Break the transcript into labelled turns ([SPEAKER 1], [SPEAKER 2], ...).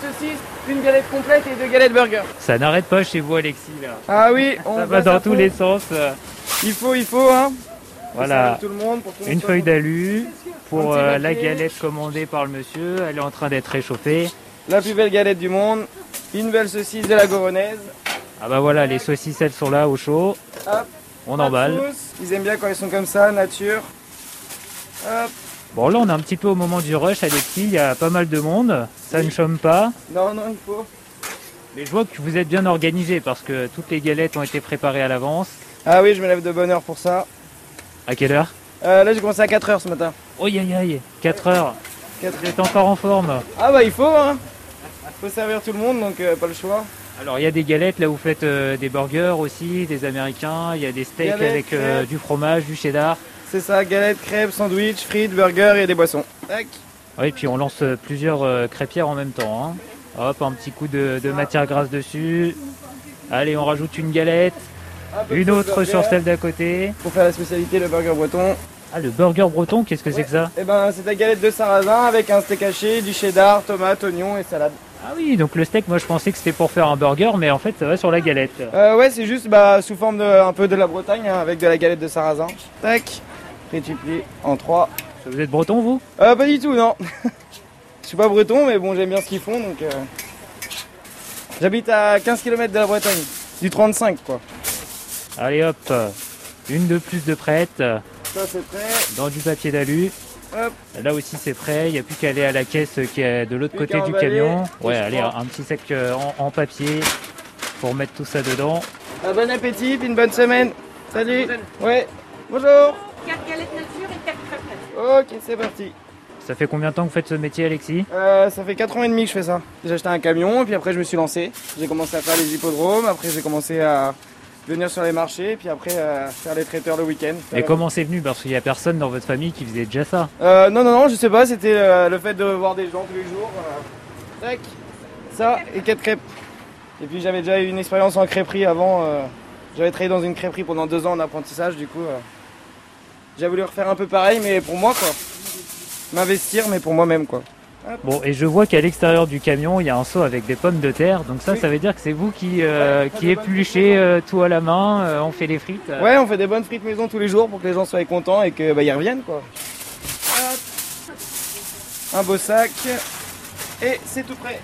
[SPEAKER 1] saucisses, une galette complète et deux galettes burger.
[SPEAKER 2] Ça n'arrête pas chez vous, Alexis, là.
[SPEAKER 1] Ah oui, on
[SPEAKER 2] Ça va
[SPEAKER 1] passe à
[SPEAKER 2] dans tous
[SPEAKER 1] fond.
[SPEAKER 2] les sens. euh,
[SPEAKER 1] Il faut, il faut, hein. Ça
[SPEAKER 2] Voilà.
[SPEAKER 1] arrive Tout le monde pour tout le
[SPEAKER 2] Une
[SPEAKER 1] monde.
[SPEAKER 2] feuille d'alu pour
[SPEAKER 1] Un petit
[SPEAKER 2] euh, la
[SPEAKER 1] papier.
[SPEAKER 2] galette commandée par le monsieur. Elle est en train d'être réchauffée.
[SPEAKER 1] La plus belle galette du monde, une belle saucisse de la Goronaise.
[SPEAKER 2] Ah bah voilà, les saucisses, elles sont là au chaud.
[SPEAKER 1] Hop.
[SPEAKER 2] On
[SPEAKER 1] pas de
[SPEAKER 2] emballe.
[SPEAKER 1] sauce. Ils aiment bien quand ils sont comme ça, nature. Hop.
[SPEAKER 2] Bon là, on est un petit peu au moment du rush, Alexis. Il y a pas mal de monde. Ça ne chôme pas.
[SPEAKER 1] Non, non, il faut.
[SPEAKER 2] Mais je vois que vous êtes bien organisé parce que toutes les galettes ont été préparées à l'avance.
[SPEAKER 1] Ah oui, je me lève de bonne heure pour ça.
[SPEAKER 2] À quelle heure
[SPEAKER 1] Euh, là, j'ai commencé à 4h ce matin.
[SPEAKER 2] Oh aïe aïe, 4 heures.
[SPEAKER 1] 4
[SPEAKER 2] Vous êtes encore en forme.
[SPEAKER 1] Ah bah, il faut, hein. Faut servir tout le monde, donc euh, pas le choix.
[SPEAKER 2] Alors il y a des galettes, là vous faites euh, des burgers aussi, des américains, il y a des steaks
[SPEAKER 1] Galettes,
[SPEAKER 2] avec euh,
[SPEAKER 1] crêpes.
[SPEAKER 2] du fromage, du cheddar.
[SPEAKER 1] C'est ça, galette, crêpes, sandwich, frites, burgers et des boissons. Tac.
[SPEAKER 2] Oui, puis on lance euh, plusieurs euh, crêpières en même temps. hein. Hop, un petit coup de, de matière grasse dessus. Allez, on rajoute une galette,
[SPEAKER 1] Un peu de
[SPEAKER 2] une
[SPEAKER 1] sauce
[SPEAKER 2] autre
[SPEAKER 1] burger
[SPEAKER 2] sur celle d'à côté.
[SPEAKER 1] Pour faire la spécialité, le burger breton.
[SPEAKER 2] Ah, le burger breton, qu'est-ce que c'est que ça
[SPEAKER 1] Et ben, c'est la galette de sarrasin avec un steak haché, du cheddar, tomate, oignon et salade.
[SPEAKER 2] Ah oui, donc le steak, moi je pensais que c'était pour faire un burger, mais en fait ça va sur la galette.
[SPEAKER 1] Euh, ouais, c'est juste bah, sous forme de, un peu de la Bretagne, hein, avec de la galette de sarrasin. Tac, rétuplié en trois.
[SPEAKER 2] Vous êtes breton, vous
[SPEAKER 1] Euh, pas du tout, non. Je suis pas breton, mais bon, j'aime bien ce qu'ils font, donc... euh, J'habite à 15 km de la Bretagne, du 35, quoi.
[SPEAKER 2] Allez hop, une de plus de prête, euh,
[SPEAKER 1] Ça, c'est prêt.
[SPEAKER 2] dans du papier d'alu.
[SPEAKER 1] Hop.
[SPEAKER 2] Là aussi c'est prêt, il n'y a plus qu'à aller à la caisse euh, qui est de l'autre
[SPEAKER 1] Plus
[SPEAKER 2] côté
[SPEAKER 1] qu'à
[SPEAKER 2] du
[SPEAKER 1] emballer.
[SPEAKER 2] camion.
[SPEAKER 1] Tout
[SPEAKER 2] Ouais,
[SPEAKER 1] se
[SPEAKER 2] allez, un,
[SPEAKER 1] prend.
[SPEAKER 2] un petit sac euh, en- en papier pour mettre tout ça dedans.
[SPEAKER 1] Un Euh, bon appétit, puis une bonne semaine. Salut. Ouais. Bonjour.
[SPEAKER 3] 4 galettes nature et 4 crêpes nature.
[SPEAKER 1] Ok, c'est parti.
[SPEAKER 2] Ça fait combien de temps que vous faites ce métier, Alexis
[SPEAKER 1] Euh, ça fait 4 ans et demi que je fais ça. J'ai acheté un camion et puis après je me suis lancé. J'ai commencé à faire les hippodromes, après j'ai commencé à venir sur les marchés, puis après à faire les traiteurs le week-end.
[SPEAKER 2] Et comment c'est venu Parce qu'il n'y a personne dans votre famille qui faisait déjà ça.
[SPEAKER 1] Euh, Non, non, non, je sais pas, c'était euh, le fait de voir des gens tous les jours. euh, tac, ça et 4 crêpes. Et puis j'avais déjà eu une expérience en crêperie avant. euh, j'avais travaillé dans une crêperie pendant 2 ans en apprentissage, du coup euh, j'ai voulu refaire un peu pareil, mais pour moi quoi. M'investir, mais pour moi-même quoi.
[SPEAKER 2] Bon, et je vois qu'à l'extérieur du camion, il y a un seau avec des pommes de terre. Donc ça,
[SPEAKER 1] Oui.
[SPEAKER 2] ça veut dire que c'est vous qui, euh,
[SPEAKER 1] Ouais,
[SPEAKER 2] qui
[SPEAKER 1] des pommes de
[SPEAKER 2] épluchez euh, tout à la main, euh, on fait les frites.
[SPEAKER 1] Ouais, on fait des bonnes frites maison tous les jours pour que les gens soient contents et que bah, ils reviennent quoi. Hop. Un beau sac et c'est tout prêt.